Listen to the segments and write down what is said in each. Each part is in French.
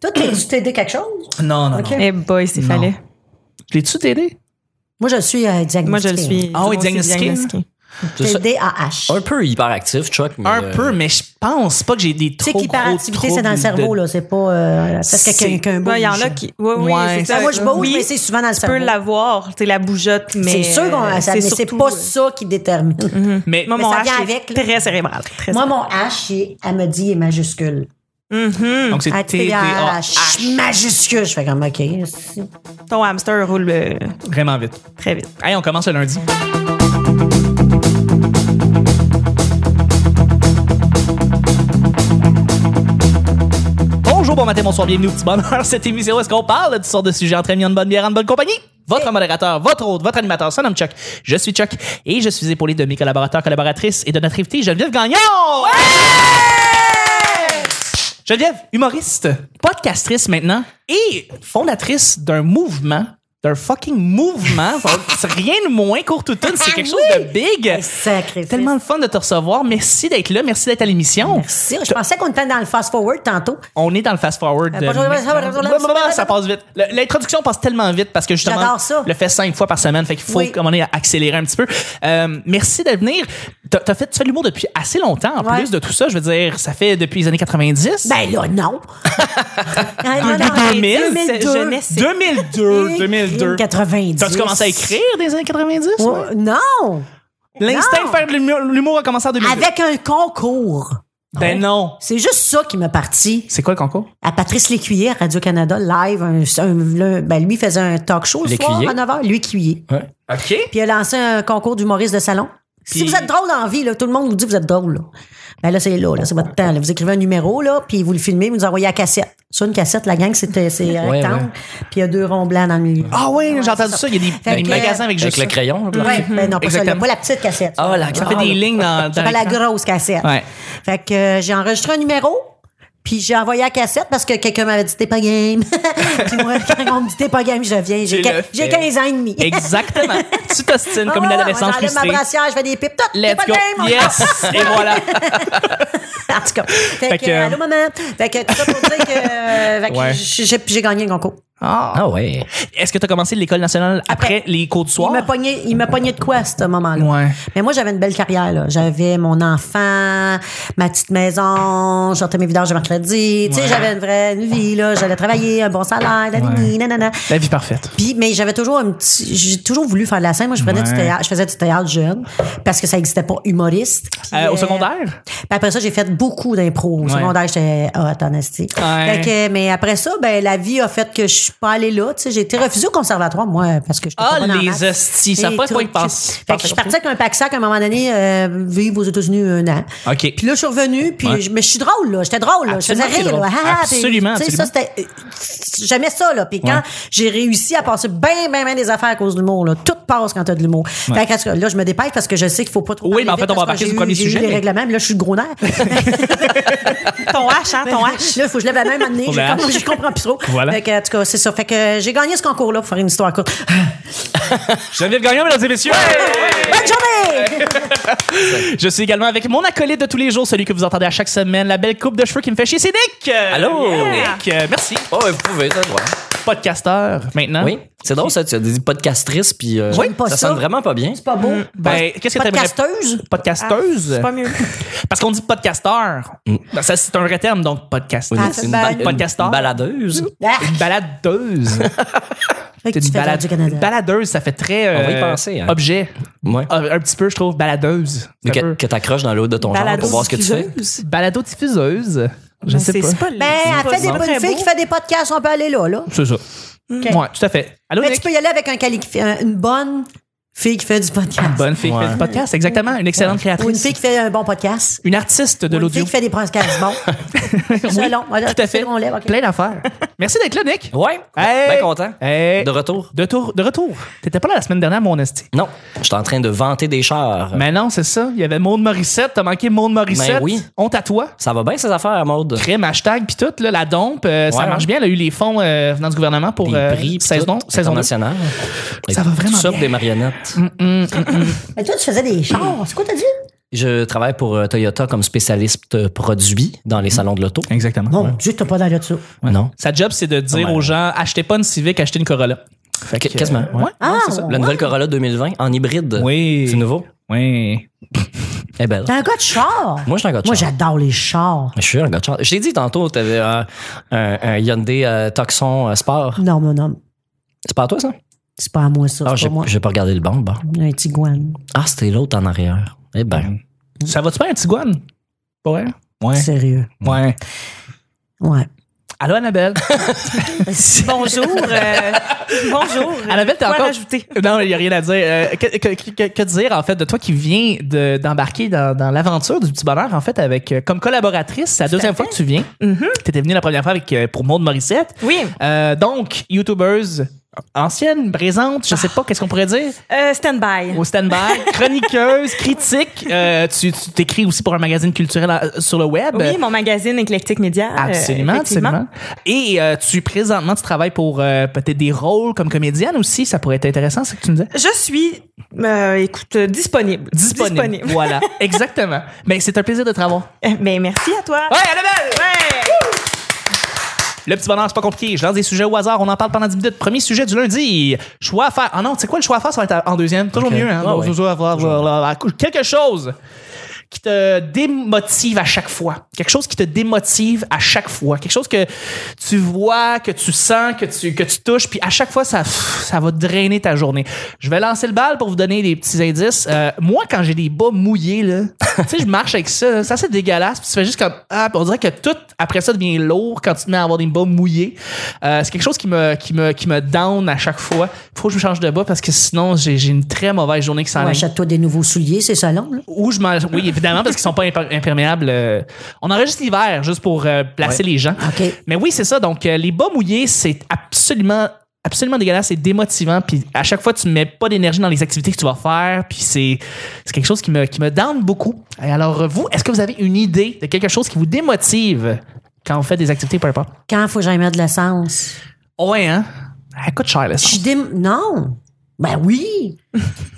Toi, t'as-tu t'aider quelque chose? Non, non, Ok. non. Eh Eh boy, s'il Non. fallait. Je L'ai-tu t'aider? Moi, je le suis euh, diagnostiqué. Moi, je le suis. Ah oui, on s'est diagnostiqué, C'est ça. TDAH. Un peu hyperactif, Chuck. mais, Un euh, peu, mais je pense pas que j'ai des Tu sais trop que gros l'hyperactivité, c'est dans le troubles cerveau, de- là. C'est pas euh, parce que C'est- quelqu'un bouge. Bah, Il y en a qui. Oui, oui, Ouais. c'est Ah, ça. moi, je bouge, Oui, mais c'est souvent dans le Tu peux cerveau. l'avoir, tu sais, la bougeotte, mais. C'est sûr qu'on euh, ça, mais c'est surtout, pas euh, ça qui détermine. Mais Moi, Mais mon ça H vient est avec, là. très cérébral. Très Moi, mon H, il- elle me dit, il est majuscule. Mhm. donc, c'est TDAH. H majuscule. Je fais comme, OK. Ton hamster roule euh, Vraiment vite. très vite. Hey, on commence le lundi. Bonjour, bon matin, bonsoir, bienvenue au petit bonheur. Cette émission où est-ce qu'on parle de toutes sortes de sujets entre amis, en bonne bière, en bonne compagnie. Votre modérateur, votre hôte, votre animateur, son nom Chuck. Je suis Chuck et je suis épaulé de mes collaborateurs, collaboratrices et de notre invitée Geneviève Gagnon. Geneviève, humoriste, podcastrice maintenant et fondatrice d'un mouvement, d'un fucking mouvement. c'est rien de moins court tout c'est quelque chose de big. Sacré. Tellement le fun de te recevoir. Merci d'être là. Merci d'être à l'émission. Merci. Je pensais qu'on était dans le fast-forward tantôt. On est dans le fast forward. Euh, Euh, ça passe vite. Le- L'introduction passe tellement vite parce que justement, J'adore ça. le fait cinq fois par semaine. Fait qu'il faut Oui. commencer à accélérer un petit peu. Euh, merci de venir. T'as- t'as fait, tu fais de l'humour depuis assez longtemps. En Ouais. plus de tout ça, je veux dire, ça fait depuis les années 90. Ben là, non. Ah, non, non, 2000, 2002. c'est jeunesse. 2002, 2002. 90. T'as-tu commencé à écrire des années 90? ouais? Ouais, Non. L'instinct Non. de faire de l'humour l'humour a commencé en 2002. Avec un concours. Ben non. C'est juste ça qui m'a parti. C'est quoi le concours? À Patrice Lécuyer, à Radio-Canada, live. Un, un- le- ben lui faisait un talk show le soir Lécuyer? à 9h. Lui, Cuyer. ouais. OK. Puis il a lancé un concours d'humoriste de salon. Si Puis- vous êtes drôle en vie, là, tout le monde vous dit que vous êtes drôle. là. Ben là, c'est là, là, c'est votre temps. là. Vous écrivez un numéro, là, puis vous le filmez, vous nous envoyez à cassette. Sur une cassette, la gang, c'était- c'est un Ouais, rectangle, ouais. puis il y a deux ronds blancs dans le milieu. Ah oui, j'ai entendu c'est ça. Il y a des, Fait des que- magasins avec Avec juste le ça. crayon. là. Ouais, ben non, pas celle-là, Exactement. pas la petite cassette. Ah, la Ça fait Ah, des ouais. lignes dans, Ça dans fait la l'écran. grosse cassette. Ouais. Fait que euh, j'ai enregistré un numéro, puis j'ai envoyé à cassette parce que quelqu'un m'avait dit t'es pas game. puis moi, quand on me dit t'es pas game, je viens. J'ai Tu quin- le j'ai fais. 15 ans et demi. Exactement. tu t'ostines comme une Ah, adolescente moi, J'enlève ma frustrée. brassière, je fais des pipes, tout. T'es Let's pas go. game. on- Yes. Et voilà. En tout cas. Fait, Fait que, que, euh, allô, maman. Fait que, tout ça pour dire que, euh, fait que Ouais. j'ai- j'ai j'ai gagné le concours. Ah ouais. Est-ce que tu as commencé l'école nationale après, les cours du soir? Il m'a pogné, il m'a pogné de quoi à ce moment-là? Ouais. Mais moi, j'avais une belle carrière, là. J'avais mon enfant, ma petite maison, je sortais mes vidanges le mercredi. Tu sais, Ouais. j'avais une vraie une vie, là. J'allais travailler, un bon salaire, nanani, nanana. La vie parfaite. Puis, mais j'avais toujours un petit, j'ai toujours voulu faire de la scène. Moi, je prenais du Ouais. théâtre, je faisais du théâtre jeune parce que ça n'existait pas humoriste. Puis, Euh, euh, au secondaire? Puis après ça, j'ai fait beaucoup d'impro. Au secondaire, j'étais hot, en esti. Ouais. Fait que, mais après ça, ben, la vie a fait que je suis pas allée là. Tu sais, j'ai été refusée au conservatoire, moi, parce que je Ah, pas bonne en les maths. hosties, ça Et pas quoi tout. ils pensent. Fait que je suis partie avec un pack sac à un moment donné, euh, vivre aux États-Unis un an. OK. Puis là, je suis revenue, puis Ouais. je, mais je suis drôle, là. J'étais drôle, là. Je faisais Absolument que t'es rire, là. drôle. Ah, ah, puis, Absolument, Tu sais, ça, c'était. euh, J'aimais ça, là. Puis quand Ouais. j'ai réussi à passer bien, bien, bien des affaires à cause de l'humour, là. Tout passe quand t'as de l'humour. Fait que, en tout cas, là, je me dépêche parce que je sais qu'il faut pas trop. Oui, mais en parler fait, on va vite parce que embarquer j'ai du eu- premier j'ai eu sujet, les mais- règlements, mais là, je suis le gros nerf. Ton H, hein, ton là, H. il faut que je lève la main maintenant. Faut Je, le comprends- je comprends plus trop. Voilà. Fait que, en tout cas, c'est ça. Fait que j'ai gagné ce concours-là pour faire une histoire courte. Geneviève Gagnon, mesdames et messieurs. Bonne journée! Je suis également avec mon acolyte de tous les jours, celui que vous entendez à chaque semaine, la belle coupe de cheveux qui me fait chier, c'est Nick. Euh, Allô? yeah, Nick, euh, merci. Ah ouais, vous pouvez, ça, ouais. Podcasteur maintenant. Ah. Oui. C'est drôle, ça. Tu as dit podcastrice, puis euh, J'aime pas ça ça. sonne vraiment pas bien. C'est pas beau. Ben, qu'est-ce que t'aimerais- Podcasteuse? Ah, Podcasteuse. C'est pas mieux. Parce qu'on dit podcasteur. Ben, ça, c'est un vrai terme, donc podcasteur. Ah, c'est une, bien. une- Podcasteur. une baladeuse. Ah! Une baladeuse. Fait que une, tu fais balade- Radio-Canada. une baladeuse, ça fait très. On va y euh, penser, hein. Objet. Ouais. Un, un petit peu, je trouve, baladeuse. Mais Ah, Un Que, peu. que t'accroches dans l'eau de ton genre pour voir ce que tu fais. Balado-diffuseuse. Je sais pas. C'est pas Ben, elle fait des bonnes bonnes filles qui fait des podcasts, on peut aller là, là. C'est ça. Ouais, tout à fait. Allô, Mais Nick? tu peux y aller avec un quali- un- une bonne fille qui fait du podcast. Bonne fille qui fait du podcast, exactement. Une excellente créatrice. Ou une fille qui fait un bon podcast. Une artiste Ou de une fille l'audio. qui fait des podcasts bons. Oui, selon. Voilà, tout à c'est fait. le rond lèvre, ok. Plein d'affaires. Merci d'être là, Nick. Ouais. Hey. Bien content. Hey. De retour. De, tour, de retour. T'étais pas là la semaine dernière, mon esti. Non, j'étais en train de vanter des chars. Mais non, c'est ça. Il y avait Maude Morissette. T'as manqué Maude Morissette. Ben oui. Honte à toi. Ça va bien ces affaires, mode. Crème, hashtag, puis tout, là, la dompe, euh, ça Ouais. marche bien. Elle a eu les fonds euh, venant du gouvernement pour Des euh, prix, saison, saison deux. nationale. Ça va vraiment Sauf bien. des marionnettes. Mais toi, tu faisais des chars. C'est quoi, t'as dit? Je travaille pour euh, Toyota comme spécialiste euh, produit dans Mhm. les salons de l'auto. Exactement. Mon Dieu, t'as pas d'aller de ça. Non. Sa job, c'est de dire Ouais. aux gens achetez pas une Civic, achetez une Corolla. Fait euh, Qu- quasiment, ouais. ouais. Ah, La nouvelle Corolla 2020 en hybride. Oui. Euh, Ah. C'est nouveau. Oui. Eh belle. t'es un gars de char. Moi, je suis un gars de Moi, char. j'adore les chars. Je suis un gars de char. Je t'ai dit tantôt, t'avais un, un, un Hyundai euh, Tucson euh, Sport. Non, mon homme. C'est pas à toi, ça? C'est pas à moi, ça. Ah, c'est j'ai pas moi. j'ai pas regardé le bon, bon. Un Tiguan. Ah, c'était l'autre en arrière. Eh Mm. ben. Ça va-tu bien, un Tiguan? Ouais. Ouais. Sérieux. Ouais. Ouais. Allô, Annabelle? Bonjour. euh, bonjour. Annabelle, t'es Quoi encore. rajouter? Non, il n'y a rien à dire. Euh, que, que- que- que dire, en fait, de toi qui viens de- d'embarquer dans, dans l'aventure du petit bonheur, en fait, avec euh, comme collaboratrice, c'est la deuxième fois que tu viens. Tu étais venue la première fois avec, euh, pour Maude Morissette. Oui. Euh, donc, YouTubeuse ancienne, présente, je sais pas, qu'est-ce qu'on pourrait dire? Euh, Stand-by. Au stand-by, chroniqueuse, critique. Euh, tu tu t'écris aussi pour un magazine culturel euh, sur le web. Oui, mon magazine Éclectique Média. euh, Absolument, effectivement. absolument. Et euh, tu présentement tu travailles pour euh, peut-être des rôles comme comédienne aussi, ça pourrait être intéressant, c'est ce que tu me disais. Je suis, euh, écoute, euh, disponible. Voilà, exactement. Mais c'est un plaisir de te revoir. Euh, Ben, merci à toi. Ouais, Annabelle! Ouais. Le petit bonheur, c'est pas compliqué. Je lance des sujets au hasard, on en parle pendant 10 minutes. Premier sujet du lundi. Choix à faire. Ah non, tu sais quoi, le choix à faire, ça va être en deuxième. Toujours Ok. mieux, hein? Ouais, Bon, ouais. toujours à voir, voilà. Quelque chose qui te démotive à chaque fois. Quelque chose qui te démotive à chaque fois. Quelque chose que tu vois, que tu sens, que tu, que tu touches, puis à chaque fois, ça, ça va drainer ta journée. Je vais lancer le bal pour vous donner des petits indices. Euh, moi, quand j'ai des bas mouillés, là, tu sais, je marche avec ça, là, ça c'est dégueulasse, puis tu fais juste comme, ah, puis on dirait que tout, après ça, devient lourd quand tu te mets à avoir des bas mouillés. Euh, c'est quelque chose qui me, qui me, qui me down à chaque fois. Faut que je me change de bas parce que sinon, j'ai j'ai une très mauvaise journée qui s'en Ouais, vient Achète-toi des nouveaux souliers, c'est salon, là. où je m'en- Oui, évidemment, parce qu'ils sont pas imper- imperméables. euh, on enregistre l'hiver juste pour euh, placer les gens. OK. Mais oui, c'est ça. Donc, euh, les bas mouillés, c'est absolument absolument dégueulasse, c'est démotivant, puis à chaque fois, tu mets pas d'énergie dans les activités que tu vas faire, puis c'est c'est quelque chose qui me, qui me down beaucoup. Et alors, euh, vous, est-ce que vous avez une idée de quelque chose qui vous démotive quand vous faites des activités, peu importe? Quand faut que j'aille mettre de l'essence? Ouais, hein? Elle coûte cher, là, ça. Je dé- Non. Ben oui.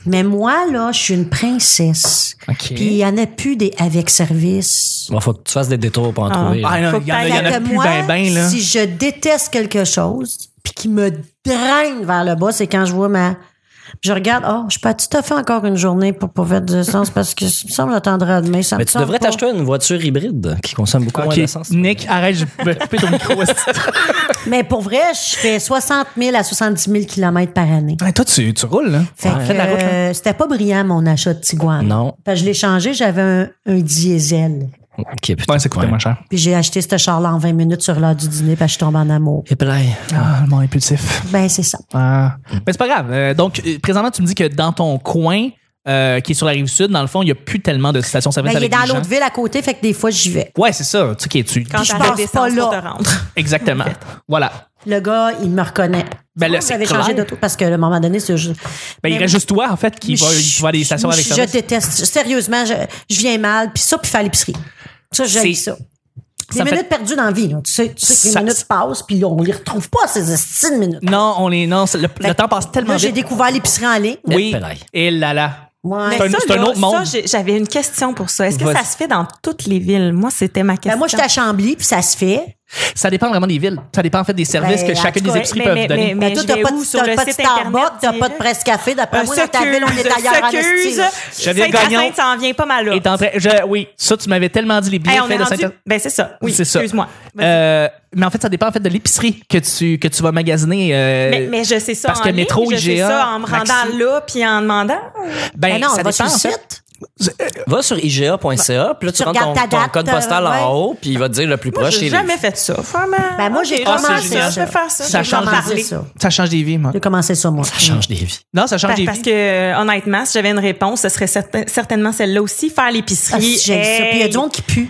Mais moi, là, je suis une princesse. OK. Puis il y en a plus des avec service. Bon, faut que tu fasses des détours pour en trouver. là. Ah, non, Faut que il y en a, t'ailles il y en a Fait que plus moi, ben ben, là. si je déteste quelque chose, puis qui me draine vers le bas, c'est quand je vois ma... Je regarde, oh, je peux tout à fait encore une journée pour pas faire de sens parce que ça me semble j'attendrai à demain. Ça me Mais tu tente devrais pas. t'acheter une voiture hybride qui consomme beaucoup Ok, moins d'essence. Nick, arrête, je vais couper ton micro. Mais pour vrai, je fais 60 000 à 70 000 kilomètres par année. Ouais, Ben, toi, tu, tu roules, là. Fait que, Ah, Fais de la route, là. euh, c'était pas brillant mon achat de Tiguan. Non. Parce que je l'ai changé, j'avais un, un diesel. Ok, putain. Ouais, ça coûtait Ouais. moins cher. Puis j'ai acheté ce char-là en 20 minutes sur l'heure du dîner parce que je tombe en amour. Et puis là, Ah, le monde impulsif. Ben, c'est ça. Ah. Mais c'est pas grave. Euh, donc, euh, présentement, tu me dis que dans ton coin, euh, qui est sur la rive sud, dans le fond, il n'y a plus tellement de stations-service Ben, il est avec dans des gens. l'autre ville à côté, fait que des fois, j'y vais. Ouais, c'est ça. Tu sais, qui est tu. Quand je t'as passe des pas sens là. pour te rendre. Exactement. Voilà. Le gars, il me reconnaît. Ben là, Vous c'est avez clair. changé d'auto parce que, à un moment donné, c'est juste. Ben, il Mais reste juste toi, en fait, qui Mais va, je- qui va à des stations je- avec Je déteste. Sérieusement, je, je viens mal, puis ça, puis faire l'épicerie. Ça, C'est- j'ai ça. ça Des me minutes perdues dans la vie. là. Tu sais, tu sais que les Ça- minutes passent, puis on les retrouve pas, ces estimes de minutes. Non, on est. Non, c'est- le, le Fait- temps passe tellement Là, j'ai vite. découvert l'épicerie en ligne. Oui. Épelay. Et là là. Ouais. Mais C'est un- ça, c'est un là, autre ça, monde. j'ai- J'avais une question pour ça. Est-ce que Vas-y. ça se fait dans toutes les villes? Moi, c'était ma question. Ben, moi, j'étais à Chambly, puis ça se fait. Ça dépend vraiment des villes. Ça dépend, en fait, des services Ben, que en chacune tout des cas, épiceries mais- peuvent mais- donner. mais- Ben, toi, je t'as vais pas, où de- sur t'as le pas de site Internet, Starbucks, t'as dis-le? pas de presse café. D'après moi, dans ta ville, on est ailleurs en esti, là. Geneviève Gagnon. Sainte-Hyacinthe s'en vient pas mal là. Et t'es en train- je- oui, ça, tu m'avais tellement dit les bienfaits Hey, on est de rendu... Saint- Ben, c'est ça. Oui, c'est ça. Excuse-moi. Vas-y. Euh, mais en fait, ça dépend en fait de l'épicerie que tu que tu vas magasiner. euh, mais, mais je sais ça parce en que ligne, métro, je sais IGA, ça en me rendant Maxi. là puis en demandant. ben, Ben non, ça on va sur dépend. le en fait. site. va sur iga.ca, puis là, tu, Tu rentres ton, regardes ta ton date, code euh, postal en ouais. haut, puis il va te dire le plus Moi, proche. j'ai c'est jamais fait ça. Vraiment. Ben, moi, j'ai Ah, commencé c'est génial. ça. Je peux faire ça. Ça Je vais en change J'ai parler. ça. Ça change des vies, moi. J'ai commencé ça, moi. Ça change des vies. Non, ça change Parce, des parce vies. que euh, honnêtement, si j'avais une réponse, ce serait certain- certainement celle-là aussi. Faire Ah, l'épicerie. si, j'aime ça. Puis il y a du monde qui pue.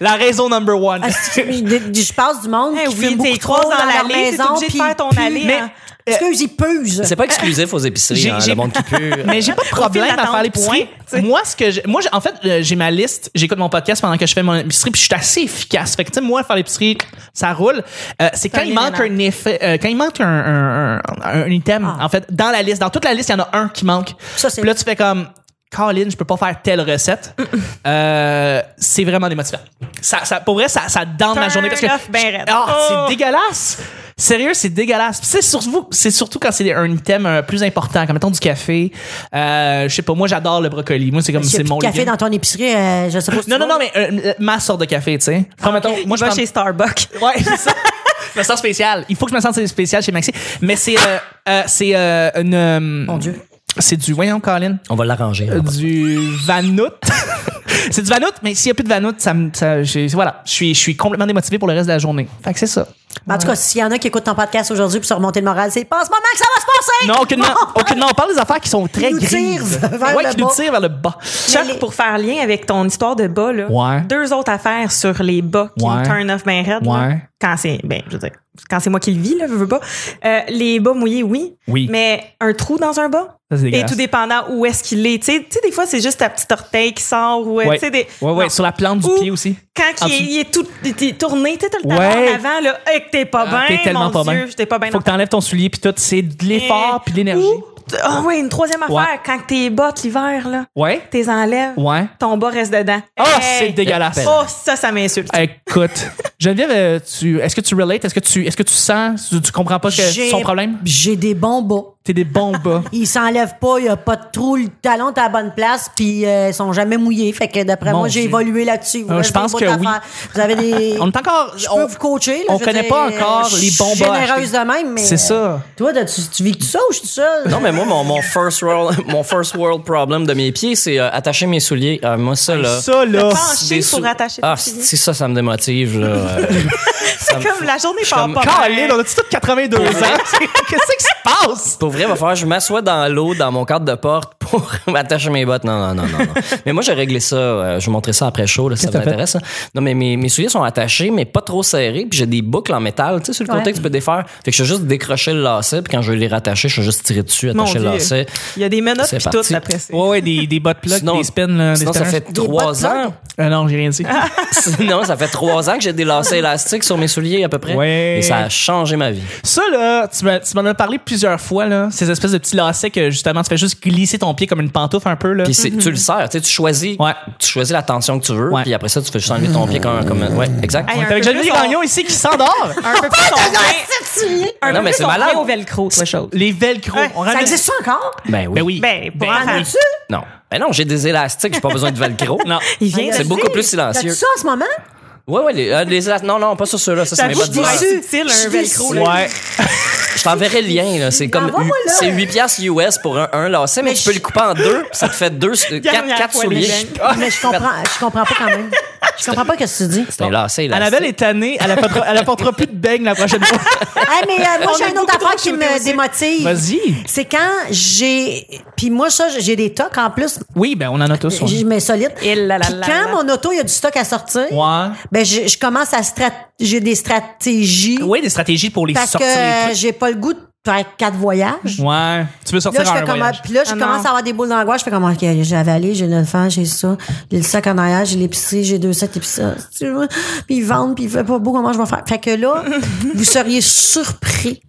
La raison number one. Ah, si, je- je passe du monde Eh qui oui, fume t'es beaucoup trop croisé dans, dans leur l'allée, t'es maison. obligé de puis faire ton ils puent. allée, Mais- hein. Excuse, ils puent. C'est pas exclusif aux épiceries, J'ai- hein, j'ai- le monde qui pue. Mais j'ai pas de problème à d'attente faire l'épicerie. point, tu sais. Moi, ce que j'ai- moi, j'ai- en fait, euh, j'ai ma liste, j'écoute mon podcast pendant que je fais mon épicerie, puis je suis assez efficace. Fait que, tu sais, moi, faire l'épicerie, ça roule. Euh, c'est quand un il manque un élément. effet, euh, quand il manque un, Ah. un, un- un item, en fait, dans la liste, dans toute la liste, il y en a un qui manque. Ça, c'est- Puis là, tu fais comme, Colin, je peux pas faire telle recette. Euh, c'est vraiment démotivant. Ça, ça, pour vrai, ça, ça donne ma Turn journée parce que off ben raide. Ah, Oh! c'est dégueulasse. Sérieux, c'est dégueulasse. Puis C'est surtout, c'est surtout quand c'est des- un item euh, plus important, comme mettons du café. Euh, je sais pas, moi j'adore le brocoli. Moi c'est comme S'il y a c'est plus mon de café légume. dans ton épicerie, euh, je sais pas si Non tu non non vas. mais euh, ma sorte de café, tu sais. Prends, mettons, moi je va prends- chez Starbucks. Ouais, c'est ça. Je me sens spécial. Il faut que je me sente spécial chez Maxi. Mais c'est euh, euh, c'est euh, une. euh, Mon Dieu. C'est du. Voyons, Colin. On va l'arranger. Euh, Du vanout. c'est du vanout, mais s'il n'y a plus de vanout, ça me. ça- j'ai- voilà, je suis, je suis complètement démotivé pour le reste de la journée. Fait que c'est ça. En tout cas, s'il y en a qui écoutent ton podcast aujourd'hui pour se remonter le moral, c'est pas en ce moment que ça va se passer! Non, aucunement, aucunement. On parle des affaires qui sont très nous grises. tirent vers ouais, le qui nous bas. tirent vers le bas. Chuck, les- pour faire lien avec ton histoire de bas, là, Ouais. deux autres affaires sur les bas qui Ouais. me turn off ben raide, là. Ouais. Quand c'est, ben, je veux dire, quand c'est moi qui le vis, là, je veux pas. Euh, les bas mouillés, oui. Oui. Mais un trou dans un bas? Ça, c'est Et dégueulasse. tout dépendant où est-ce qu'il est. Tu sais, tu sais, des fois, c'est juste ta petite orteil qui sort. Ou, euh, Ouais. tu sais, des... ouais, ouais, Non. sur la plante du Ou pied aussi. Quand En il est, dessous. il est tout il est tourné, tu sais, t'as le talon Ouais. en avant, là, et que t'es pas Ah, bien. t'es tellement mon pas Dieu, bien. J'étais pas bien. Faut que t'enlèves ton soulier, puis tout. C'est de l'effort, puis de l'énergie. Ah oui, une troisième affaire, Ouais. quand tes bottes l'hiver, là, Ouais. t'es enlèves, Ouais. ton bas reste dedans. Ah, Hey! c'est dégueulasse. Oh, ça, ça m'insulte. Écoute, Geneviève, euh, tu, est-ce que tu relates? Est-ce que tu, est-ce que tu sens, tu, tu comprends pas que J'ai- son problème? J'ai des bons bas. T'es des bons bas. Ils s'enlèvent pas, il n'y a pas de trou, le talon est à la bonne place, puis euh, ils sont jamais mouillés. Fait que d'après Mon moi, j'ai Dieu. évolué là-dessus. Vous Euh, avez je des pense bonnes que oui. affaires. Vous avez des. On est encore, Je on, peux vous coacher. Là, on je veux connaît dire, pas euh, encore je les suis bons bas à généreuse de même, mais. euh, C'est ça. Toi, de- tu, tu vis que tout ça ou je suis seule? Non, mais moi, mon, mon first world, mon first world problem de mes pieds, c'est euh, attacher mes souliers. Euh, moi, ça, là. Ben, ça là. Pencher des pour sou- attacher tes Ah, souliers. c'est ça, ça me démotive, là. Euh, ça me- Comme la journée part comme- pas. Caroline, bien. on a-tu tous 82 ans? Qu'est-ce qui se passe? Pour vrai, va falloir que je m'assoie dans l'eau, dans mon cadre de porte, pour m'attacher mes bottes. Non, non, non, non. non. mais moi, j'ai réglé ça. euh, je vais vous montrer ça après chaud, là, si ça vous que t'as intéresse. hein. Non, mais mes, mes souliers sont attachés, mais pas trop serrés. Puis j'ai des boucles en métal, tu sais, sur le côté Ouais. que tu peux défaire. Fait que je suis juste décroché le lacet, puis quand je vais les rattacher, je vais juste tirer dessus, Mon attacher le Dieu. lacet. Il y a des menottes C'est pis parti. tout après ça. Ouais, ouais, des, des bottes plugs, Sinon- des spins, là, des Sinon, ça spinners. fait trois bottes ans. longues. Euh, non, j'ai rien dit. Sinon, ça fait trois ans que j'ai des lacets élastiques sur mes souliers, à peu près. Ouais. Et ça a changé ma vie. Ça, là, tu m'as- tu m'en as parlé plusieurs fois, là. Ces espèces de petits lacets que, justement, tu fais juste glisser ton pied comme une pantoufle un peu, là. Puis c'est- tu le sers, tu sais, tu choisis, Ouais. tu choisis la tension que tu veux, Ouais. puis après ça, tu fais juste enlever ton pied comme, comme ouais, exact. Hey, T'es un avec peu Geneviève plus, on- Gagnon ici qui s'endort. Un peu plus son Un Non, peu mais plus c'est son malade. lien au velcro, toi, chose. Les velcro. Ouais, on Ça ramène- existe encore? Ben oui. Ben oui. Ben, pour Ben en faire oui. Tu? Non. Ben non, j'ai des élastiques, j'ai pas besoin de velcro. non. Il vient C'est de- beaucoup plus T'as-tu silencieux. ça en ce moment? Ouais, ouais, les, euh, les élastiques. Non, non, pas sur ceux-là. Ça, c'est mes J'avoue, bottes je d'hiver. suis subtil, Je un suis velcro. là. Ouais. Je t'enverrai le lien, là. C'est comme. Envoie-moi là. C'est 8 piastres US pour un, un lacet, mais, Mais tu peux je- le couper en deux, puis ça te fait deux, euh, Dernière quatre, quatre fois, les souliers. Ah, beignes. Mais je comprends, je comprends pas quand même. Je comprends pas ce que tu dis. C'est un lacet élastique. Annabelle est tannée, elle apportera, elle apportera plus de beignes la prochaine fois. Ah, mais euh, moi, On j'ai est une autre beaucoup affaire trop qui shootés me aussi. démotive. Vas-y. C'est quand j'ai. Puis moi, ça, j'ai des tocs en plus. Oui, ben on en a tous. on- Je mets solide. Et là, là, Puis là, quand là. mon auto, il y a du stock à sortir, Ouais. ben je, je commence à strat- j'ai des stratégies Oui, des stratégies pour les parce que sortir. les euh, trucs. j'ai pas le goût de faire quatre voyages. Ouais. Tu veux sortir Là, je en fais un comme, voyage. puis là, je Ah, non. commence à avoir des boules d'angoisse. Je fais comme, OK, j'ai avalé, j'ai l'enfant, j'ai ça, j'ai le sac en arrière, j'ai l'épicerie, j'ai deux sacs d'épicerie. ah, Tu vois? Puis ils vendent, puis il fait pas beau, comment je vais faire? Fait que là, vous seriez surpris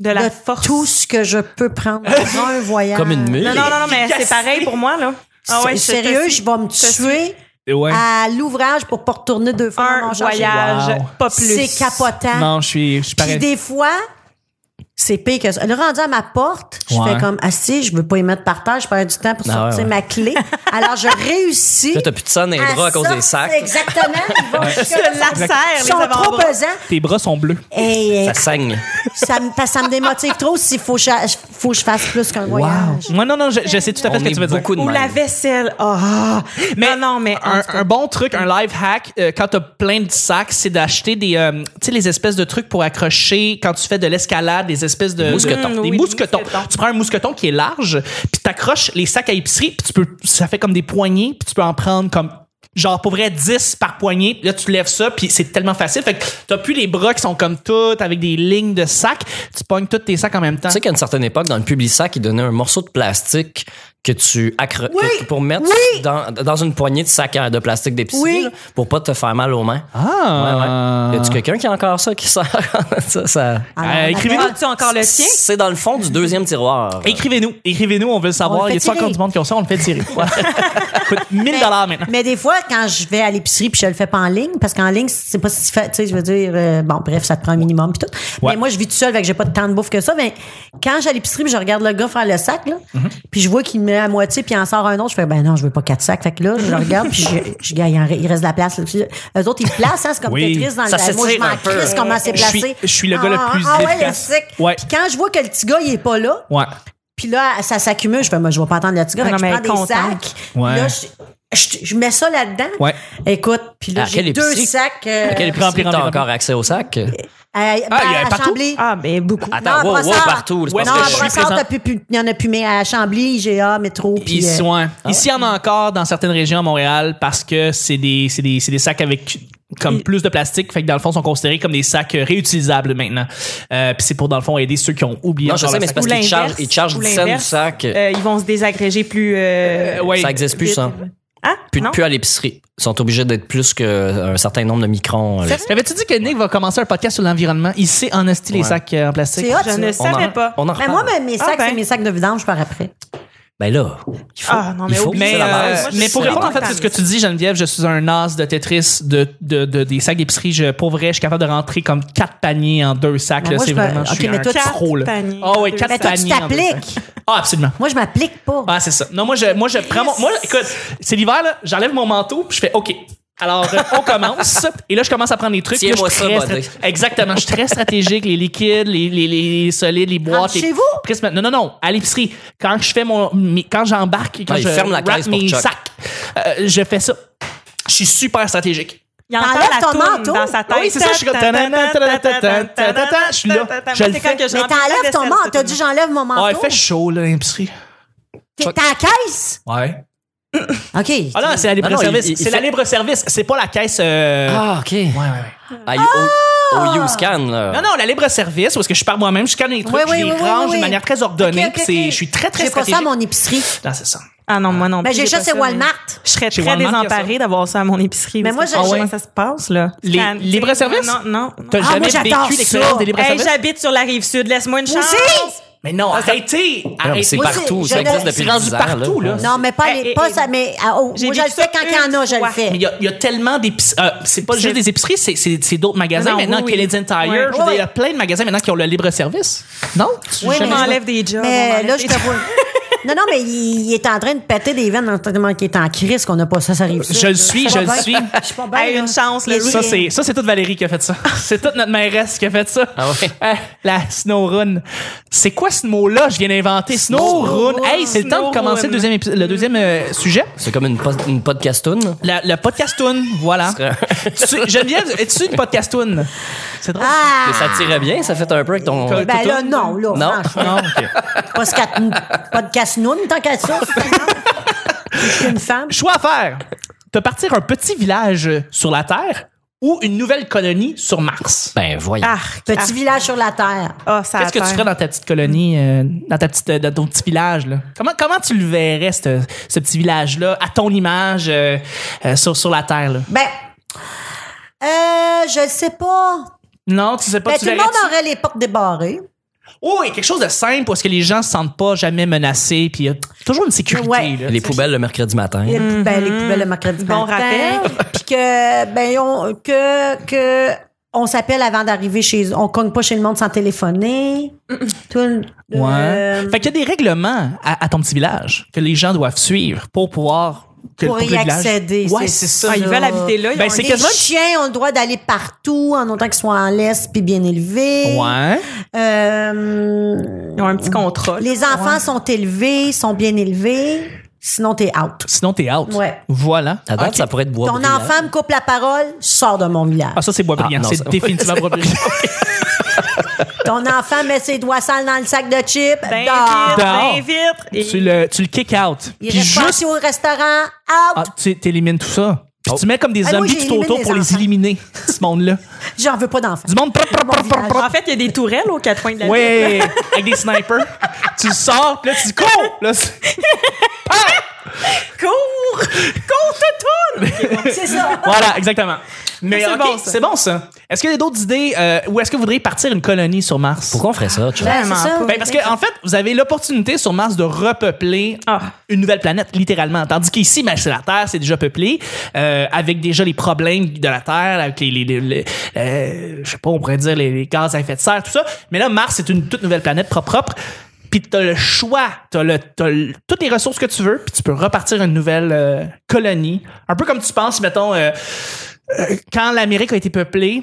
De de la force. tout ce que je peux prendre dans un voyage. Comme une mule. Non, non, non, non, mais Efficacité. c'est pareil pour moi, là. Ah ouais, je- Sérieux, je vais me suis. tuer Ouais. à l'ouvrage pour pas retourner deux fois dans Un mon char. voyage, Wow. pas plus. C'est capotant. Non, je suis, je suis Puis pareil. des fois, c'est pire que ça. Le rendu à ma porte, je Ouais. fais comme assis, je veux pas y mettre par terre, je perds du temps pour Ah, sortir ouais, ouais. ma clé. Alors je réussis. Là, t'as plus de son et les à bras à cause des sortir- sacs. Exactement. Ils vont jusque- Le lacère, Ils les sont trop avant-bras. pesants. Tes bras sont bleus. Et euh, Ça saigne. ça, me, parce que ça me démotive trop s'il faut, que je- faut que je fasse plus qu'un voyage. Moi, non, non, je, je sais tout à fait On ce que est tu veux dire. beaucoup de Ou la même. vaisselle. Ah! Mais non, non, mais en un, tout cas, un bon truc, un live hack, euh, quand t'as plein de sacs, c'est d'acheter des, euh, tu sais, les espèces de trucs pour accrocher quand tu fais de l'escalade, des espèces de de- mousquetons. Mm, des oui, mousquetons. mousquetons. Tu prends un mousqueton qui est large, puis t'accroches les sacs à épicerie, puis tu peux, ça fait comme des poignées, puis tu peux en prendre comme genre pour vrai 10 par poignée Puis là tu lèves ça puis c'est tellement facile fait que t'as plus les bras qui sont comme toutes avec des lignes de sacs tu pognes tous tes sacs en même temps Tu sais qu'à une certaine époque, dans le Publisac, ils donnaient un morceau de plastique que tu accro- Oui! que- pour mettre Oui! dans, dans une poignée de sac à- de plastique d'épicerie Oui! là, pour pas te faire mal aux mains. ah Ouais, ouais. Là, tu pense que quelqu'un qui a encore ça qui sert, ça, ça- Alors, Euh, on écrivez-nous. attend- tu encore le tien? C'est dans le fond du deuxième tiroir. Écrivez-nous, écrivez-nous, on veut le On savoir. le Il fait y a pas tirer. Ben, encore du monde qui ont ça, on le fait tirer. Ouais. Coûte 1000 dollars maintenant. Mais des fois, quand je vais à l'épicerie puis je le fais pas en ligne, parce qu'en ligne, c'est pas si fa- tu sais, je veux dire, euh, bon, bref, ça te prend un minimum puis tout. Ouais. Mais moi, je vis tout seul, fait que j'ai pas tant de bouffe que ça. Mais quand j'ai à l'épicerie puis je regarde le gars faire le sac, là, Mm-hmm. puis je vois qu'il met à moitié puis il en sort un autre, je fais, ben non, je veux pas quatre sacs. Fait que là, je le regarde puis je, je gagne, il en re- il reste de la place. là. Puis eux autres, ils se placent, hein, c'est comme Oui. Tetris dans Ça le Moi, je s'étire m'en un peu. crisse comment c'est Je suis- placé. je suis le gars le Ah, plus ah, ouais, efficace. le sick. Ouais. Puis quand je vois que le petit gars, il est pas là, Ouais. puis là, ça s'accumule. Je fais, moi, je vais pas entendre là-dessus. Ah non, je mais prends des contente. sacs. Ouais. Là, je, je- je mets ça là-dedans. Ouais. Ah, Écoute, puis là, À j'ai quelle deux épicerie? sacs. euh, Quel Rempli, prix rempli, t'as rempli. encore accès au sac? à- Ah, il y a à partout? Chambly. Ah, mais beaucoup. Non, à Attends, wow, wow, Brossard. partout. Je Ouais, non, parce pense à que je suis Brossard, présent. t'as plus- plus- il y en a plus, mais à Chambly, IGA, métro. Puis, Ici, euh, ouais. Ici, il y en a encore dans certaines régions à Montréal parce que c'est des, c'est des, c'est des sacs avec comme plus de plastique. Fait que dans le fond, ils sont considérés comme des sacs euh, réutilisables maintenant. Euh, Puis c'est pour, dans le fond, aider ceux qui ont oublié. Non, je encore leur sais, mais c'est sac. parce Ou qu'ils te chargent, l'inverse, ils te chargent ou 10 cents du l'inverse. sac. Euh, ils vont se désagréger plus. euh, Euh, ouais. ça n'existe plus, vite. ça. Hein? Plus, non? plus à l'épicerie. Ils sont obligés d'être plus qu'un certain nombre de microns. euh, Sérieux? T'avais-tu dit que Nick va commencer un podcast sur l'environnement? Il sait en esti les Ouais. sacs euh, en plastique. C'est hot, Je ça. ne savais en- pas. on en Mais reparle. moi, ben, mes Ah, sacs, ben. c'est mes sacs de vidange par après. Ben là, il faut. Ah, non, il mais faut, oublie c'est Mais, la euh, base. mais pour C'est la répondre en base. fait à ce que tu dis, Geneviève, je suis un as de Tetris de, de, de- des sacs d'épicerie. Je, pour vrai, je suis capable de rentrer comme quatre paniers en deux sacs. Mais là, moi, c'est je peux- vraiment, je ok, suis mais un toi, quatre pro, là. paniers Ah en oui, deux quatre sacs. Mais toi, tu paniers en deux sacs. t'appliques. Ah, absolument. Moi, je m'applique pas. Ah, c'est ça. Non, moi, je, moi, je prends mon. Moi, écoute, c'est l'hiver, là. J'enlève mon manteau, puis je fais OK. Alors, euh, on commence. Et là, je commence à prendre les trucs. Là, je Tiens-moi suis ça, très Bodé. strat- Exactement. Je suis très stratégique. Les liquides, les, les, les, les solides, les boîtes. Ah, chez les- vous? Presque- Non, non, non. À l'épicerie. Quand je fais mon. mes- Quand j'embarque, et quand Ah, il je ferme la wrap caisse pour mes Chuck. sacs, euh, je fais ça. Je suis super stratégique. Il entend T'enlèves la ton toune manteau. dans sa tête. Oui, c'est ça, je suis comme tanana, tanana, tanana, tanana, je suis là. Moi, Je le c'est quand fais. que je Mais remplis la t'enlèves ton vaisselle, manteau. c'est T'as tout. dit, j'enlève mon Ah, il manteau. fait chaud, là, l'épicerie. T'es t'es à la caisse. Ouais. OK. Ah non, c'est la Ah non, il- libre-service. il- il C'est la fait- libre-service. C'est pas la caisse. euh, Ah, OK. Ouais, ouais, ouais. Ah, you- au, au YouScan, là. Ah! Non, non, la libre-service, parce que je pars moi-même, je scanne les trucs, Oui, je oui, les oui, oui, range oui. de manière très Ok, ordonnée. ok, puis c'est- ok. Je suis très, très J'ai pas stratégique. ça à mon épicerie. Non, c'est ça. Ah non, moi non Mais plus, j'ai ça, pas c'est hein. mais- Walmart. Je serais Chez très Walmart, il y a désemparée d'avoir ça à mon épicerie. Mais Vous moi, savez je- comment ça se passe, là. Les- Scan- libre service? Non, non. non. T'as Ah, jamais moi, j'adore vécu ça. l'expérience des Hey, libre-service? j'habite sur la rive sud. Laisse-moi une Moi chance. aussi! mais non, arrêtez! Non, mais Ah, arrêtez. c'est Moi, partout. c'est- Ça je existe ne- depuis c'est rendu 10 ans, partout, là. Non, mais pas, Eh, les- eh, pas eh. ça, mais ah, oh, moi, je J'ai le vécu fais ça quand il y en a, une je le fois. fais. Mais il y a, il y a tellement d'épiceries. euh, c'est pas C'est- juste des épiceries, c'est- c'est c'est d'autres magasins Non, non, maintenant. oui, oui. Canadian Tire. Ouais. je veux Ouais, dire, Il y ouais. a plein de magasins maintenant qui ont le libre-service. Non? Tu- Oui, Je mais- m'enlève des jobs. on Mais m'enlève là, je des te jobs. vois. Non, non, mais il, il est en train de péter des veines tellement qu'il est en crise qu'on n'a pas ça, ça arrive. Je le suis, je le suis. Je suis pas bien, Hey, là. une chance, Ah. Il là, est- Ça, c'est ça, c'est toute Valérie qui a fait ça. C'est toute notre mairesse qui a fait ça. Ah ouais? Euh, la snowrun. C'est quoi ce mot-là? Je viens d'inventer. Snowrun. Snowrun. Hey, c'est le temps de Snowrun. commencer le deuxième, épi- le deuxième euh, sujet. C'est comme une, pod- une podcastoune. La- le podcastoun, voilà. serait- Tu- Geneviève, es-tu une podcastoun? C'est drôle. Ah! Ça tirait bien, ça fait un peu avec ton. Col- Ben là, tout- non, là. Non. franchement. Non, ok. Pas, ce qu'à- pas de casse-noune, tant qu'à ça. Je suis une femme. Choix à faire. Te partir un petit village sur la Terre ou une nouvelle colonie sur Mars? Ben, voyons. Ah, Arc. Petit arc. village sur la Terre. Ah, ça Qu'est-ce que tu atteint. ferais dans ta petite colonie, euh, dans, ta petite, euh, dans ton petit village? Là? Comment, comment tu le verrais, ce, ce petit village-là, à ton image, euh, euh, sur, sur la Terre? Là? Ben, euh, je le sais pas. Non, tu sais pas, Ben, tu tout le verrais-tu- monde aurait les portes débarrées. Oh, et quelque chose de simple parce que les gens se sentent pas jamais menacés, puis il y a t- toujours une sécurité. Ouais. Euh, là. Les poubelles le mercredi matin. Les poubelles, les poubelles le mercredi Mm-hmm. Bon matin. rappel. Puis que, ben, on, que, que, on s'appelle avant d'arriver chez eux. On cogne pas chez le monde sans téléphoner. Tout le- Ouais. euh, Fait qu'il y a des règlements à, à ton petit village que les gens doivent suivre pour pouvoir que- pour que y le village- accéder. Ouais, c'est ça. Ah, ils veulent habiter là. ils Ben, ont c'est Les un- quasiment- chiens ont le droit d'aller partout en autant qu'ils soient en laisse puis bien élevés. Ouais. Euh, Ils ont un petit contrôle. les enfants sont élevés, sont bien élevés. Sinon, t'es out. Sinon t'es out. Ouais. Voilà. Ah, À date, Ok. ça pourrait être bois Ton brillant. enfant me coupe la parole, sors de mon village. Ah ça c'est bois brillant. Ah, non, c'est ça- définitivement bois brillant. Ton enfant met ses doigts sales dans le sac de chips. Ben dors. vite, Dehors. ben vite. Et- tu le tu le kick out. Il Puis reste pas juste assis au restaurant, out. ah, tu élimines tout ça. Puis tu mets comme des Ah, moi, zombies j'ai tout autour éliminé pour les les enfants. éliminer ce monde-là. J'en veux pas d'enfant. Du monde prop, prop, prop, prop, prop. En fait, il y a des tourelles aux quatre coins de la ville. Ouais, avec des snipers. tu sors, puis là, tu dis, cours! Là, c'est- Pam! Cours! Cours, te tourne! C'est ça. Voilà, exactement. Mais Mais c'est ok, bon, ça. c'est bon, ça. Est-ce qu'il y a d'autres idées euh, ou est-ce que vous voudriez partir une colonie sur Mars? Pourquoi on ferait ça, Chuck? Vraiment c'est ça. pas. Ben, parce que en fait, vous avez l'opportunité sur Mars de repeupler Ah. une nouvelle planète, littéralement. Tandis qu'ici, ben, c'est la Terre, c'est déjà peuplé euh, avec déjà les problèmes de la Terre, avec les, les, les- les- euh, je sais pas, on pourrait dire les, les gaz à effet de serre, tout ça. Mais là, Mars, c'est une toute nouvelle planète propre propre. Puis t'as le choix, t'as le, t'as le- toutes les ressources que tu veux, puis tu peux repartir une nouvelle euh, colonie. Un peu comme tu penses, mettons, euh, euh, quand l'Amérique a été peuplée.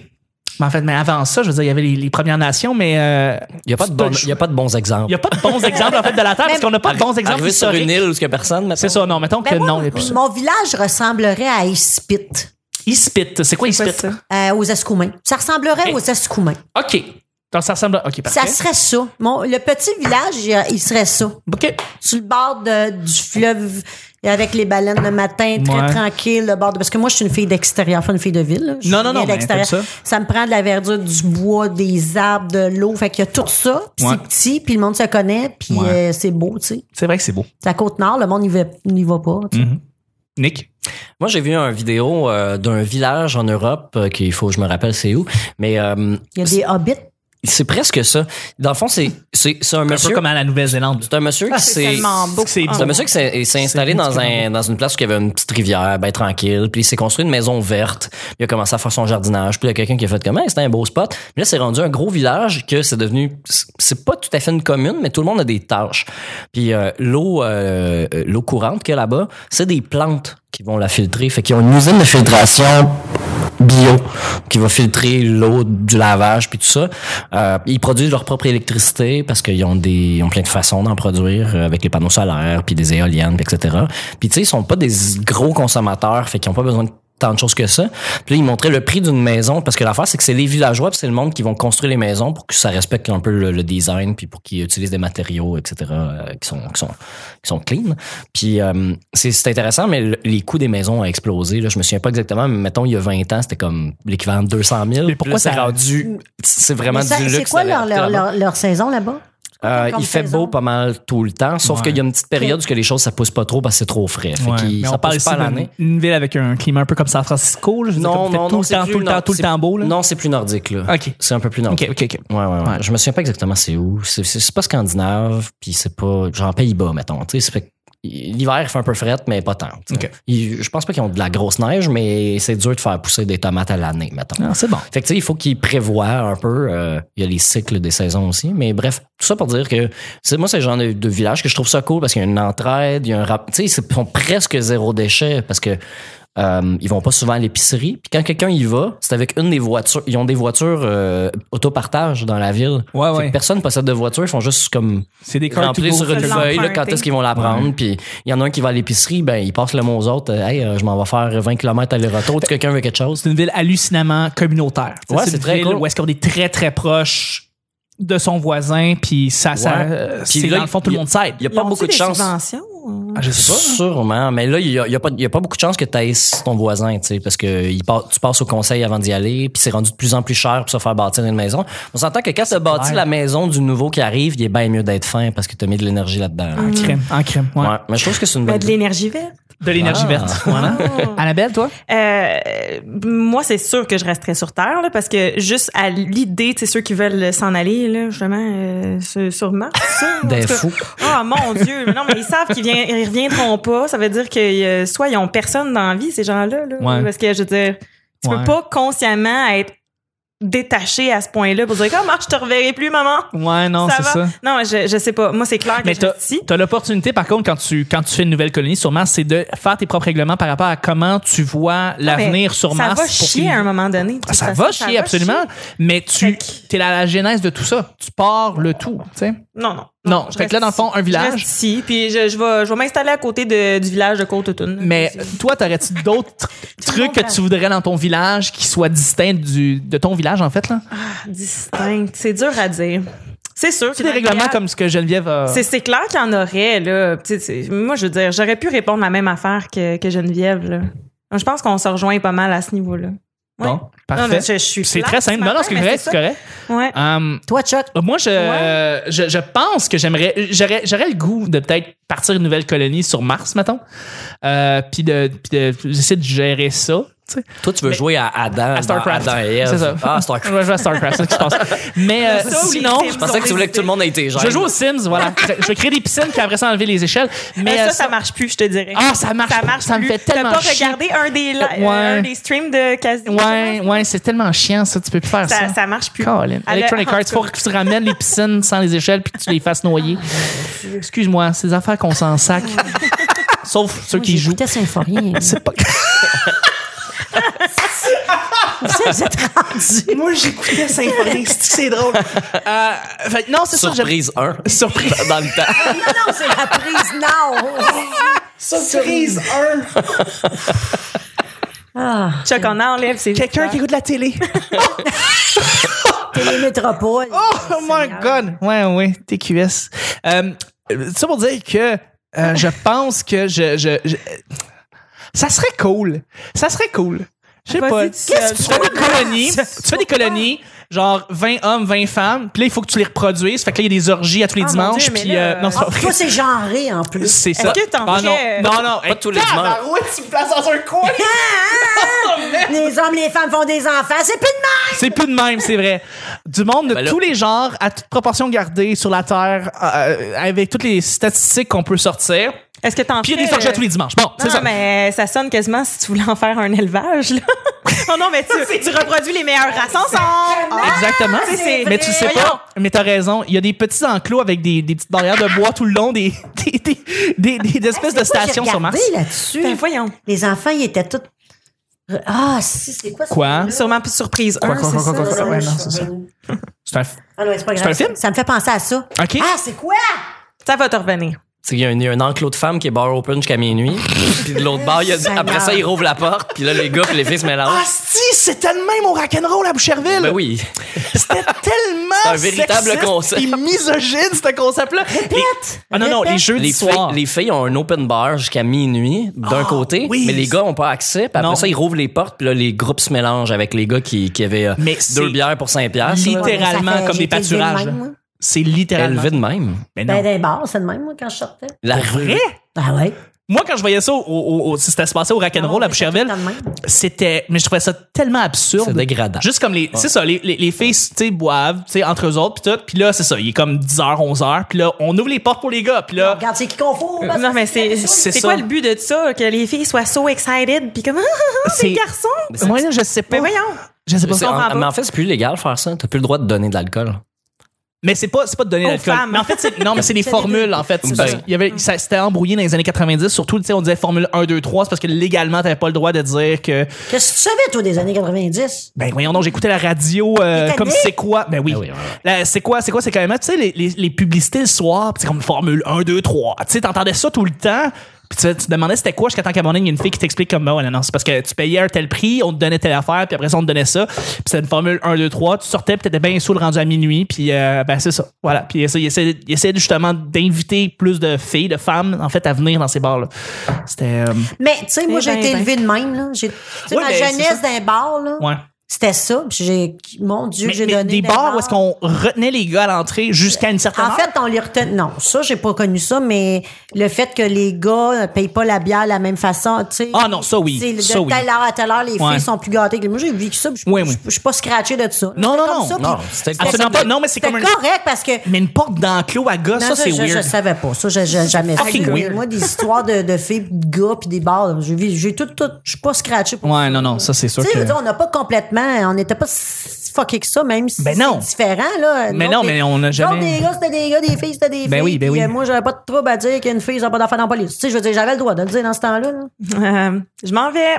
ben, en fait, mais avant ça, je veux dire, il y avait les, les Premières Nations, mais euh, Il n'y a, pas de tu t'as bon- le choix. y a pas de bons exemples. Il n'y a pas de bons exemples en fait de la Terre parce qu'on n'a pas de bons exemples Arriver sur historiques. une île où il n'y a personne, maintenant. C'est ça, non, mettons que Ben, moi, non, il n'y a plus ça. mon village ressemblerait à Ispit, Ispit, c'est quoi C'est Ispit? ça. euh, aux Escoumins. Ça ressemblerait Ok. aux Escoumins. OK. Donc, ça ressemble à... OK, parfait. Ça serait ça. Mon- le petit village, il- il serait ça. OK. sur le bord de- du fleuve avec les baleines le matin, très Ouais. tranquille, le bord de- parce que moi je suis une fille d'extérieur, pas une fille de ville. là. Je suis Non, non, non, bien mais d'extérieur. t'aimes Ça me prend de la verdure, du bois, des arbres, de l'eau, fait qu'il y a tout ça, puis Ouais. c'est petit, puis le monde se connaît, puis Ouais. euh, c'est beau, tu sais. C'est vrai que c'est beau. C'est la côte nord, le monde n'y va, n'y va pas. tu sais. Nick? Moi, j'ai vu une vidéo euh, d'un village en Europe, euh, qu'il faut que je me rappelle c'est où, mais euh, Il Mm. y a des hobbits. c'est presque ça. Dans le fond, c'est c'est- c'est un Un peu monsieur. comme à la Nouvelle-Zélande. C'est un monsieur qui Ah, C'est s'est. tellement beau. c'est- Ah, C'est un monsieur qui s'est il s'est installé beau, dans, c'est un, dans une place où il y avait une petite rivière, bien tranquille. Puis il s'est construit une maison verte. Il a commencé à faire son jardinage. Puis il y a quelqu'un qui a fait comment? C'était un beau spot. Mais là, c'est rendu un gros village que c'est devenu. C'est pas tout à fait une commune, mais tout le monde a des tâches. Puis euh, l'eau euh, euh, l'eau courante qu'il y a là-bas, c'est des plantes qui vont la filtrer. Fait qu'ils ont une usine de filtration bio qui va filtrer l'eau du lavage puis tout ça. Euh, ils produisent leur propre électricité parce qu'ils ont des ils ont plein de façons d'en produire euh, avec les panneaux solaires puis des éoliennes puis etc. Puis tu sais ils sont pas des gros consommateurs fait qu'ils ont pas besoin de tant de choses que ça. Puis là, ils montraient le prix d'une maison parce que l'affaire c'est que c'est les villageois puis c'est le monde qui vont construire les maisons pour que ça respecte un peu le, le design puis pour qu'ils utilisent des matériaux etc. euh, qui sont qui sont qui sont clean. Puis euh, c'est c'est intéressant, mais le- les coûts des maisons ont explosé. Là. Je me souviens pas exactement, mais mettons, il y a 20 ans, c'était comme l'équivalent de 200 000. Mais pourquoi Puis là, c'est ça- rendu... C'est vraiment Mais ça- du luxe. C'est quoi d'aller leur, habiter leur, là-bas. leur- leur saison là-bas? Euh, comme il fait saison? beau pas mal tout le temps, sauf Ouais. qu'il y a une petite période où que les choses, ça pousse pas trop parce que c'est trop frais. Fait Ouais. qu'il- Mais ça on parle pousse ici pas à d'une l'année. une ville avec un climat un peu comme San Francisco. là. Je veux dire, comme fait tout le c'est temps, plus tout le temps, nord- tout le c'est- temps beau. Là. Non, c'est plus nordique. Là. OK. C'est un peu plus nordique. OK, OK, OK. Ouais, ouais, ouais. Je me souviens pas exactement c'est où. C'est- C'est c'est pas scandinave, puis c'est pas genre Pays-Bas, mettons. Tu sais, ça fait que L'hiver, il fait un peu fret, mais pas tant. tu sais. Ok. Ils- je pense pas qu'ils ont de la grosse neige, mais c'est dur de faire pousser des tomates à l'année, mettons. Ah, c'est bon. Fait que, tu sais, il faut qu'ils prévoient un peu. euh, il y a les cycles des saisons aussi. Mais bref, tout ça pour dire que c'est moi, c'est le genre de, de village que je trouve ça cool parce qu'il y a une entraide, il y a un rap. Tu sais, c'est- ils sont presque zéro déchet parce que euh, ils vont pas souvent à l'épicerie. Puis quand quelqu'un y va, c'est avec une des voitures. Ils ont des voitures euh, autopartage dans la ville. Ouais, Fait que ouais. Personne possède de voiture, ils font juste comme C'est des cartes remplir sur une Se feuille là, l'emprunter. quand est-ce qu'ils vont la prendre. Puis il y en a un qui va à l'épicerie, ben il passe le mot aux autres. Hey, euh, je m'en vais faire 20 km aller-retour. Est-ce que Quelqu'un veut quelque chose. C'est une ville hallucinamment communautaire. Tu sais, Ouais, c'est une très ville cool. Où est-ce qu'on est très, très proche de son voisin, puis ça, ça, Ouais. euh, Puis c'est là, dans le fond, tout il le y a- monde s'aide. Il y a pas Ils ont-tu beaucoup de des chance. subventions? Ah, je sais pas. Sûrement, mais là, il n'y a, il y a pas il y a pas beaucoup de chances que tu ton voisin, tu sais, parce que il part- tu passes au conseil avant d'y aller, puis c'est rendu de plus en plus cher pour se faire bâtir une maison. On s'entend que quand tu bâti clair. la maison du nouveau qui arrive, il est bien mieux d'être fin parce que tu as mis de l'énergie là-dedans. En crème, en crème. Mm-hmm. ouais. Ouais. mais je trouve que c'est une Ben, bonne de l'énergie verte. Mm. De l'énergie Ah. verte. Voilà. Annabelle, toi? Euh, moi, c'est sûr que je resterais sur Terre, là, parce que juste à l'idée, tu sais, ceux qui veulent s'en aller, là, justement, euh, sur, sur Mars, ça, en Des tout cas. fous. Ah, mon Dieu! Mais non, mais ils savent qu'ils vien- ils reviendront pas. Ça veut dire que euh, soit ils ont personne dans la vie, ces gens-là, là. Ouais. Parce que, je veux dire, tu Ouais. peux pas consciemment être détaché à ce point-là pour dire, comment je te reverrai plus, maman? Ouais, non, c'est va? ça. Non, je, je sais pas. Moi, c'est clair que Mais je t'as reste ici. t'as l'opportunité, par contre, quand tu, quand tu fais une nouvelle colonie sur Mars, c'est de faire tes propres règlements par rapport à comment tu vois l'avenir Mais sur Ah, ben, ça Mars. va pour chier qu'il- à un moment donné. de toute Ça façon, va chier, absolument. Mais tu es à la genèse de tout ça. Tu pars le tout, tu sais. Non, non. Non, je fait que là, reste dans le fond, ici. un village. Je reste ici, puis je, je vais, je vais m'installer à côté de- du village de Côte-Automne. Mais toi, t'aurais-tu d'autres tr- trucs que tu voudrais dans ton village qui soient distincts du, de ton village, en fait, là? Distinct. C'est dur à dire. C'est sûr. Tu des règlements comme ce que Geneviève a. C'est, c'est clair qu'il y en aurait, là. Tu sais, tu- moi, je veux dire, j'aurais pu répondre la même affaire que, que Geneviève, là. Je pense qu'on se rejoint pas mal à ce niveau-là. Ouais. Bon, parfait. Non, mais je- je suis c'est plate très ce simple. Non, non, matin, c'est mais correct, c'est c'est ça. correct. Ouais. Hum, Toi, Chuck, moi, je, euh, je, je pense que j'aimerais, j'aurais, j'aurais le goût de peut-être partir une nouvelle colonie sur Mars, mettons. Euh, puis de, puis de, j'essaie de gérer ça. tu sais. Toi, tu veux jouer à Adam. À StarCraft. dans Adam et Ève. C'est ça. Ah, StarCraft. Ouais, je joue à StarCraft, c'est ce qui se passe. Mais euh, Ça ou les sinon, Sims. Je pensais que tu voulais que tout le monde ait été genre. je joue aux Sims, voilà. Je- Je vais créer des piscines, puis après ça, enlever les échelles. Mais Mais ça, euh, Ah, ça marche plus, je te dirais. Ah, ça marche Ça plus. marche Ça me plus. fait tellement T'as pas chier. regardé un des, li- Ouais. euh, un des streams de Casino? Ouais, ouais, c'est tellement chiant, ça. Tu peux plus faire ça. Ça, ça marche plus. Colin. Elle a- Electronic en tout Arts, faut que tu ramènes les piscines sans les échelles puis que tu les fasses noyer. Excuse-moi, ces affaires qu'on s'en sac. Sauf ceux qui jouent. j'écoutais Symphorien. C'est pas. vous êtes rendus. Moi, j'écoutais Symphonique, c'est drôle. Euh, fait- non, c'est ça, j'aime- Surprise 1. Surprise. Dans le temps. Non, Ah, non, c'est la prise non. Surprise 1. Ah, Chuck, on enlève ces Quelqu'un qui écoute la télé. télémétropole. Oh my God! Ouais, ouais, TQS. Euh, euh, ça pour dire que euh, je pense que je, je, je- Ça serait cool. Ça serait cool. Je sais Vas-y, pas. tu sais, Euh, tu fais des colonies. Tu fais des colonies, genre 20 hommes, 20 femmes, puis là, il faut que tu les reproduises. Fait que là, il y a des orgies à tous les Ah, mon dimanches, Dieu, mais puis. là, euh, non, c'est Ah, pas vrai. toi, c'est genré en plus. C'est ça. que t'en Ah, non. fais, euh, non, non, Pas tous les dimanches. tabarouette, tu me places dans un coin. Les hommes, les femmes font des enfants. C'est plus de C'est plus de même, c'est vrai. Du monde de Ben là- tous les genres, à toute proportion gardée sur la Terre, euh, avec toutes les statistiques qu'on peut sortir. Est-ce que t'en Puis il y a fais, des orgies à euh, tous les dimanches. Bon, Non, c'est ça. mais euh, ça sonne quasiment si tu voulais en faire un élevage, là. oh non, mais tu, tu reproduis les Ah, meilleures races ensemble. Exactement. c'est- c'est- mais tu sais Voyons. pas, mais t'as raison. Il y a des petits enclos avec des, des petites barrières de bois tout le long des, des, des, des- des- Ah, des espèces de Moi, j'ai stations sur Mars. regardé Ben, là-dessus. voyons. Les enfants, ils étaient tous. Ah, si, c'est quoi ça? Quoi? Sûrement plus surprise. Quoi, un, quoi, c'est quoi, quoi, ça. quoi, quoi, ouais, non, c'est ça. C'est un f- Ah non, c'est pas grave. un film? Ça me fait penser à ça. OK. Ah, c'est quoi? Ça va te revenir. Tu sais, il y a un, il y a un enclos de femmes qui est bar open jusqu'à minuit. Puis de l'autre bar, il y a- Seigneur. après ça, ils rouvrent la porte. Puis là, les gars, puis les filles se mélangent. si, c'était le même au rock'n'roll à Boucherville. Ben oui. C'était tellement C'est un véritable sexiste concept. et misogyne, ce concept-là. Les- Ah non, non, Répète. les jeux Les du filles, soir. Ah, les filles ont un open bar jusqu'à minuit d'un côté, oui. mais les gars ont pas accès. Puis Non. après ça, ils rouvrent les portes, puis là, les groupes se mélangent avec les gars qui, qui avaient euh, Mais deux c'est bières pour 5 piastres. là. littéralement Ça fait- comme j'ai des été élevée de pâturages. même, là. moi. C'est littéralement. Élevé de même. Mais Ben, non. dans les bars, c'est le même, moi, quand je sortais. La Ben, Vrai? Ah ouais? Ah, Moi, quand je voyais ça, au, au, au- c'était se passé au rock'n'roll à Boucherville, c'était. Mais je trouvais ça tellement absurde. C'est dégradant. Juste comme les. C'est ça, les, les, les filles, tu sais, boivent, tu sais, entre eux autres, puis tout. Puis là, c'est ça, il est comme 10h, 11h, puis là, on ouvre les portes pour les gars, puis là. Regarde, c'est qui qu'on fout. parce que Non, mais c'est Euh, C'est c'est ça. quoi le but de ça? Que les filles soient so excited, puis comme, ah, ah, ah, C'est- des garçons. Moi, là, je sais pas. Mais voyons. Je sais pas. C'est- en- comprends pas. mais en fait, c'est plus légal de faire ça. T'as plus le droit de donner de l'alcool. Mais c'est pas, c'est pas de donner Aux l'alcool. femmes. Mais en fait, c'est, non, mais c'est des formules, en fait. C'est parce Ben. qu'il y avait, ça, c'était embrouillé dans les années 90. Surtout, tu sais, on disait formule 1, 2, 3. C'est parce que légalement, t'avais pas le droit de dire que, Qu'est-ce que tu savais, toi, des années 90? ben, voyons donc, j'écoutais la radio, euh, Britannique. comme c'est quoi. Ben oui. Ah oui, ouais, ouais. La- c'est quoi, c'est quoi, c'est quand même, tu sais, les, les, les publicités le soir, pis c'est comme formule 1, 2, 3. Tu sais, t'entendais ça tout le temps. Puis tu, tu te demandais c'était quoi jusqu'à temps qu'à un moment donné, il y a une fille qui t'explique comme, ben ouais, non, c'est parce que tu payais un tel prix, on te donnait telle affaire, puis après ça, on te donnait ça. Puis c'était une formule 1, 2, 3. Tu sortais, puis t'étais bien saoul rendu à minuit, puis euh, ben c'est ça. Voilà. Puis ça, il essayait, il essayait justement d'inviter plus de filles, de femmes, en fait, à venir dans ces bars-là. C'était. euh, Mais, tu sais, moi, Eh j'ai ben, été ben. élevée de même, là. J'ai- Tu sais, Ouais, ma ben, c'est jeunesse ça. d'un bar, là. ouais. C'était ça. Puis j'ai, mon Dieu, Mais, que j'ai mais donné. des d'un bars bar. où est-ce qu'on retenait les gars à l'entrée jusqu'à une certaine En heure? fait, on les retenait. Non, ça, j'ai pas connu ça, mais le fait que les gars ne payent pas la bière de la même façon, tu sais. Ah non, ça oui, C'est ça de oui. telle heure à telle heure, les Ouais. filles sont plus gâtées que les. Moi, j'ai vécu ça, puis je Oui, oui. je- je suis pas scratché de ça. Non, C'était non, comme non. ça, puis Non, c'était- c'était- Absolument pas. Non, mais c'est C'était comme un- correct parce que. Mais une porte d'enclos à Non, gars, ça, c'est je, weird. Je savais pas ça. J'ai j'ai jamais Fucking su. weird. Moi, des histoires de, de filles, pis de gars, puis des bars, j'ai vu- j'ai tout, tout. Je suis pas scratché pour Ouais, non, non, ça, c'est sûr Tu sais, je que- veux dire, on n'a pas complètement, on n'était pas si fucké que ça, même si Ben non. c'est différent, là. Mais D'autres, non, mais on n'a d'autres, jamais- des gars, c'était des gars, des filles, c'était des filles. Ben oui, ben puis, oui. euh, moi, j'avais pas de trouble à dire qu'une fille, ils ont pas d'enfant dans la police. Tu sais, je veux dire, j'avais le droit de le dire dans ce temps-là, là. Ben, Euh, je m'en vais.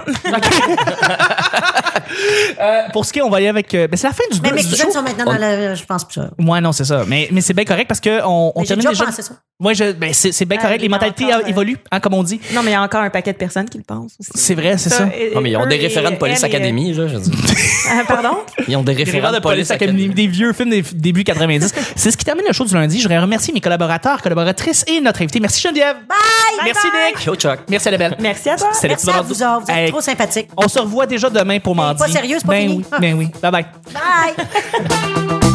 Pour ce qui est, on va y aller avec. euh, ben, c'est la fin du Mais deux, mes du cousines show. sont maintenant dans la, je pense plus ça. Ouais, non, c'est ça. Mais, mais c'est bien correct parce que on, on Mais j'ai termine déjà déjà. pensé ça. Ouais, je, ben, c'est, c'est bien Ah, correct. oui, Les mais mentalités encore, euh, évoluent, hein, comme on dit. Non, mais il y a encore un paquet de personnes qui le pensent aussi. C'est vrai, c'est ça. et- Non, mais ils ont eux des et référents de Police elle et- Academy, là, je veux dire. Ah, pardon? Ils ont des référents de police à Academy, Academy. des vieux films des début 90. C'est ce qui termine le show du lundi. Je voudrais remercier mes collaborateurs, collaboratrices et notre invité. Merci Geneviève. Bye! Merci Bye Nick. Yo, Chuck. Merci à la belle. Merci à toi. C'est Merci à vous autres. Vous êtes Hey, trop sympathiques. On se revoit déjà demain pour mardi. pas sérieux, c'est pas ben fini. Oui, ben oui. Bye bye. Bye!